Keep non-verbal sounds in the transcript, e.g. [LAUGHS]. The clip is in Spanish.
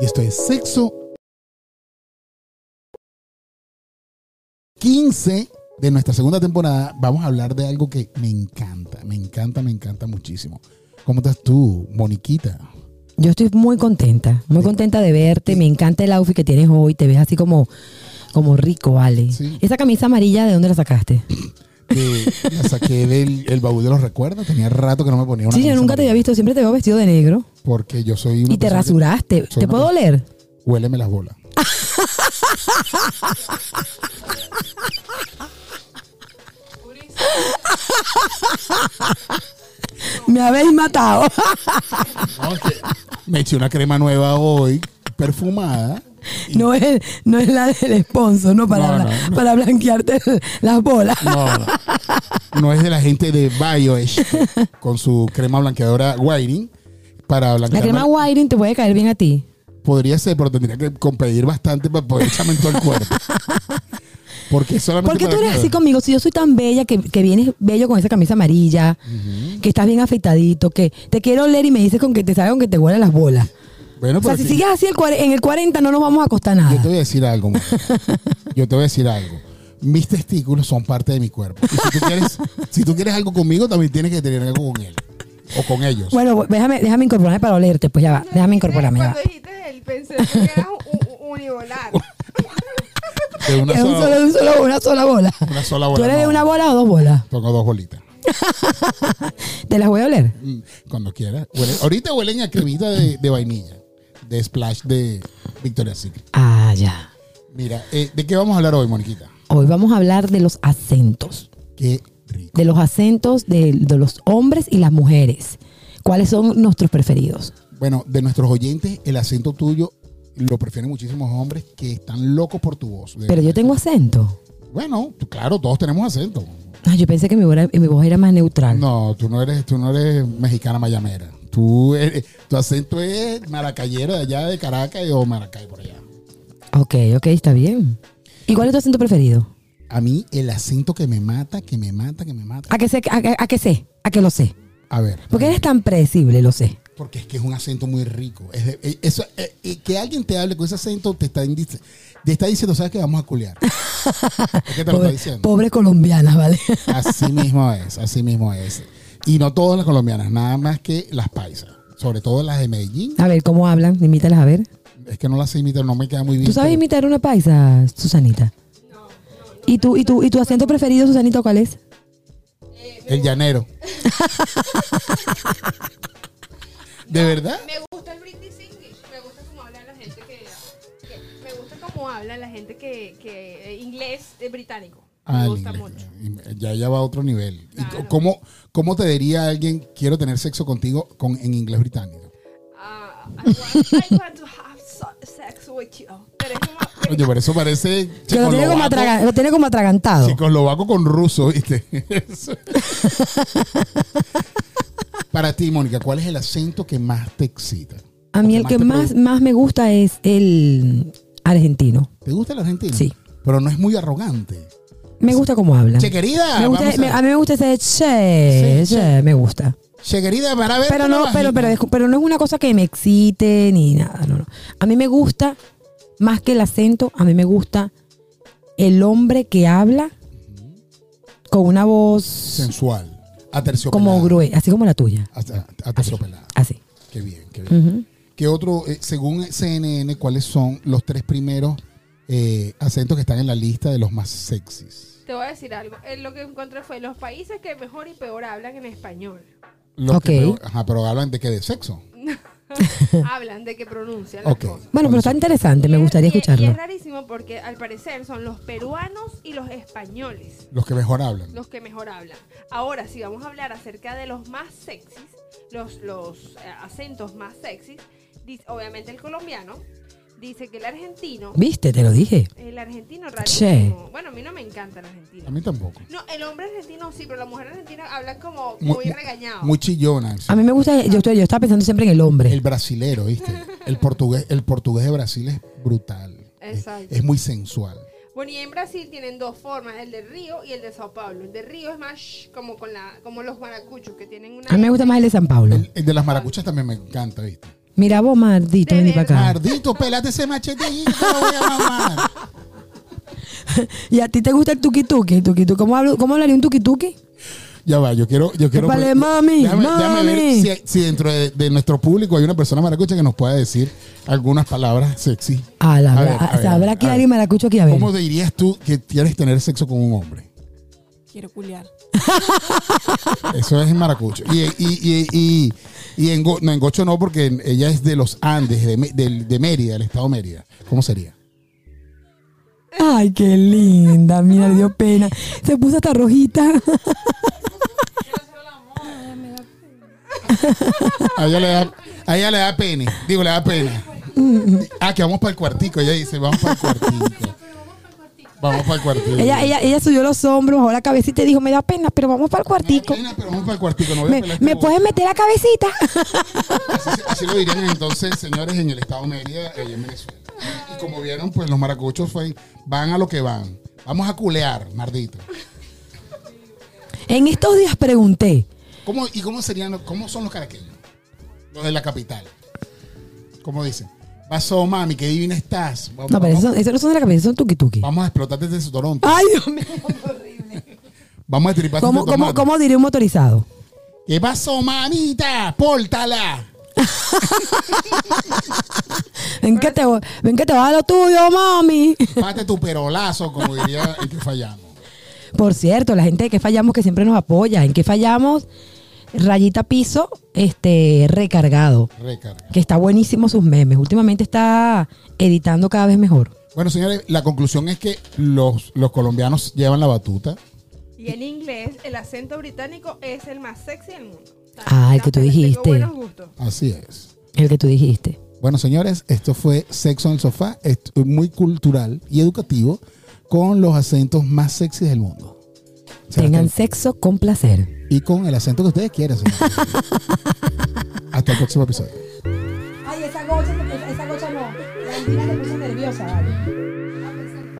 Y esto es sexo 15 de nuestra segunda temporada. Vamos a hablar de algo que me encanta, me encanta, me encanta muchísimo. ¿Cómo estás tú, Moniquita? Yo estoy muy contenta, muy contenta de verte. Me encanta el outfit que tienes hoy. Te ves así como, como rico, Ale. Sí. Esa camisa amarilla, ¿de dónde la sacaste? [LAUGHS] Que la saqué del el baúl de los recuerdos. Tenía rato que no me ponía una sí, yo camisa nunca te había amarilla. pues visto. Siempre te veo vestido de negro. Porque yo soy una Y persona te que- rasuraste. soy ¿Te una puedo persona- [LAUGHS] oler? Huéleme las [LAUGHS] bolas. Me habéis matado. Me eché una crema nueva hoy, perfumada. No es, no es la del sponsor, ¿no? No, Para, no, bla- para blanquearte las bolas. No, no. No es de la gente de BioEdge con su crema blanqueadora Whiting para La blanquear. crema Whiting te puede caer bien a ti. Podría ser, pero tendría que competir bastante para poder echarme en todo el cuerpo. Porque solamente Porque tú para- eres así conmigo. Si yo soy tan bella, que, que vienes bello con esa camisa amarilla, que estás bien afeitadito, que te quiero oler y me dices con que te salga con que te huelen las bolas. Bueno, O sea, pero si que- sigues así el cuare- en el 40 no nos vamos a costar yo te nada. voy a decir algo. Mara. Yo te voy a decir algo. Mis testículos son parte de mi cuerpo. Y si tú quieres, si tú quieres algo conmigo, también tienes que tener algo con él. O con ellos. Bueno, bu- déjame, déjame incorporarme para olerte, pues ya va. Déjame incorporarme, ya va. Cuando dijiste él, pensé que era un- un- univolar. [LAUGHS] de una, Es un sola, solo, un solo- una sola bola. una sola bola. ¿Tú eres no. de una bola o dos bolas? Tengo dos bolitas. ¿Te las voy a oler? Mm, Cuando quieras. Huele- ahorita huelen a cremita de, de vainilla. De splash de Victoria's Secret. Ah, ya. Mira, eh, ¿de qué vamos a hablar hoy, Moniquita? Hoy vamos a hablar de los acentos. Qué rico. De los acentos de, de los hombres y las mujeres. ¿Cuáles son nuestros preferidos? Bueno, de nuestros oyentes, el acento tuyo lo prefieren muchísimos hombres que están locos por tu voz. De- Pero yo tengo acento. Bueno, tú- claro, todos tenemos acento. Ah, yo pensé que mi voz, era, mi voz era más neutral. No, tú no eres, tú no eres mexicana mayamera. Tú eres- tu acento es maracayero de allá de Caracas o Maracay por allá. Ok, ok, está bien. ¿Y cuál es tu acento preferido? A mí el acento que me mata, que me mata, que me mata. A que sé, a, que- a que sé, a que lo sé. A ver. Porque eres tan predecible, lo sé. Porque es que es un acento muy rico. Es de- eh, eso, eh, eh, que alguien te hable con ese acento te está, indic- te está diciendo, ¿sabes que Vamos a [LAUGHS] culear. es que te lo está Pobre, diciendo. pobre colombiana, ¿vale? [LAUGHS] Así mismo es, así mismo es. Y no todas las colombianas, nada más que las paisas. Sobre todo las de Medellín. A ver, ¿cómo hablan? Imítalas a ver. Es que no las imito, no me queda muy bien. ¿Tú sabes pero imitar una paisa, Susanita? ¿Y, tú, y, tú, ¿Y tu acento preferido, Susanita, cuál es? El [LAUGHS] llanero. ¿De verdad? Me gusta el British English. Me gusta cómo habla la gente que. que- me gusta cómo habla la gente que. que eh, inglés eh, británico. Ah, Me el gusta inglés. mucho. Ya, ya va a otro nivel. ¿Y cómo, ¿Cómo te diría alguien, quiero tener sexo contigo con, en inglés británico? Ah, I, want, I want to have so- sex with you. Pero es como. Oye, por eso parece Que lo tiene, como checoslovaco, atraga- lo tiene como atragantado. checoslovaco con ruso, ¿viste? [LAUGHS] Eso. Para ti, Mónica, ¿cuál es el acento que más te excita? A mí el que te más, produ- más me gusta es el argentino. ¿Te gusta el argentino? Sí. Pero no es muy arrogante. Me gusta cómo hablan. Che, querida. Me gusta- vamos a- me- a... mí me gusta ese che, Sí, che, me gusta. Che, querida, para ver. Pero no, pero, pero, discu- pero no es una cosa que me excite ni nada, no, no. A mí me gusta, más que el acento, a mí me gusta el hombre que habla con una voz Sensual. Aterciopelada. como gruesa, así como la tuya. Hasta- Aterciopelada. Así. Qué bien, qué bien. ¿Qué otro, eh, según CNN, cuáles son los tres primeros eh, acentos que están en la lista de los más sexys? Te voy a decir algo. Eh, lo que encontré fue los países que mejor y peor hablan [LAUGHS] en español. Los que Ok. peor- ajá, pero hablan de qué, de sexo. hablan de que pronuncian las Ok. cosas. Bueno, pero está interesante, me Y es- gustaría y es- Y escucharlo. es rarísimo porque al parecer son los peruanos y los españoles Los que mejor hablan. los que mejor hablan. Ahora, si vamos a hablar acerca de los más sexys, los, los eh, acentos más sexys, dice- obviamente el colombiano, dice que el argentino, ¿Viste? Te lo dije. el argentino rarísimo. Bueno, a mí no me encanta el A argentino. mí tampoco. No, el hombre argentino sí, pero la mujer argentina habla como Mu- muy, mu- regañado. Muy chillona. sí. A mí me gusta, yo, estoy- yo estaba pensando siempre en el hombre. El brasilero, ¿viste? El portugués, el portugués de Brasil es brutal. Es- Exacto. Es, muy sensual. Bueno, y en Brasil tienen dos formas, el de Río y el de Sao Paulo. El de Río es más shh, como con la como los maracuchos que tienen una A mí me gusta más el de San Pablo. El, el de las maracuchas también me encanta, ¿viste? Mira vos, maldito, vení para acá. Mardito, pelate ese machete allí, que te lo voy a mamar. ¿Y a ti te gusta el tuki-tuki? ¿El tuki-tuki? ¿Cómo, hablo- ¿Cómo hablaría un tuki-tuki? Ya va, yo quiero, yo quiero. Épale, mami, déjame, déjame mami. ver si, si dentro de, de nuestro público hay una persona maracucha que nos pueda decir algunas palabras sexy. A la A bra- ver, a ver, ¿Sabrá que a ver. alguien maracucho aquí? A ver. ¿Cómo dirías tú que quieres tener sexo con un hombre? Quiero culiar. Eso es en maracucho. Y, y, y, y, y en, Go- no, en Gocho no, porque en- ella es de los Andes, de, Me- del- de Mérida, del estado Mérida. ¿Cómo sería? Ay, qué linda. Mira, le dio pena. Se puso hasta rojita. A ella le da, a ella le da pene. Digo, le da pena. Ah, que vamos para el cuartico. Ella dice, vamos para el cuartico. Vamos para el cuartico. Ella, ella, ella subió los hombros, bajó la cabecita y dijo, me da pena, pero vamos para el cuartico. Pena, pero vamos para el cuartico. No voy a ¿Me, pelar este ¿me bobo. puedes meter la cabecita? [LAUGHS] Así, así lo dirían entonces, señores, en el estado de Mérida, allá en Venezuela. Y como vieron, pues los maracuchos fue- van a lo que van. Vamos a culear, mardito. En estos días pregunté, ¿Cómo, ¿Y cómo serían, los- cómo son los caraqueños? Los de la capital. ¿Cómo dicen? Pasó, mami, qué divina estás. Vamos, No, pero vamos- eso, eso no son de la cabeza, son tuki tuki. vamos a explotarte desde su toronto. Ay, Dios mío. Vamos a estriparte ¿Cómo, este cómo, tomate. cómo diría un motorizado? ¿Qué pasó, mamita? ¡Pórtala! Ven que te, voy- ven que te va a lo tuyo, mami. [LAUGHS] Pate tu perolazo, como diría el que fallamos. Por cierto, la gente de que fallamos que siempre nos apoya. ¿En que fallamos? Rayita piso, este, recargado. Recarga. Que está buenísimo sus memes. Últimamente está editando cada vez mejor. Bueno, señores, la conclusión es que los, los colombianos llevan la batuta. Y en inglés, el acento británico es el más sexy del mundo. Ah, el que tú Tengo dijiste. buenos gustos. Así es. El que tú dijiste. Bueno, señores, esto fue Sexo en el Sofá, est- muy cultural y educativo, con los acentos más sexys del mundo. Será Tengan hasta sexo con placer. el- Y con el acento que ustedes quieran, señores. Hasta el próximo episodio. Ay, esa gocha, esa gocha no. La que puso nerviosa, vale.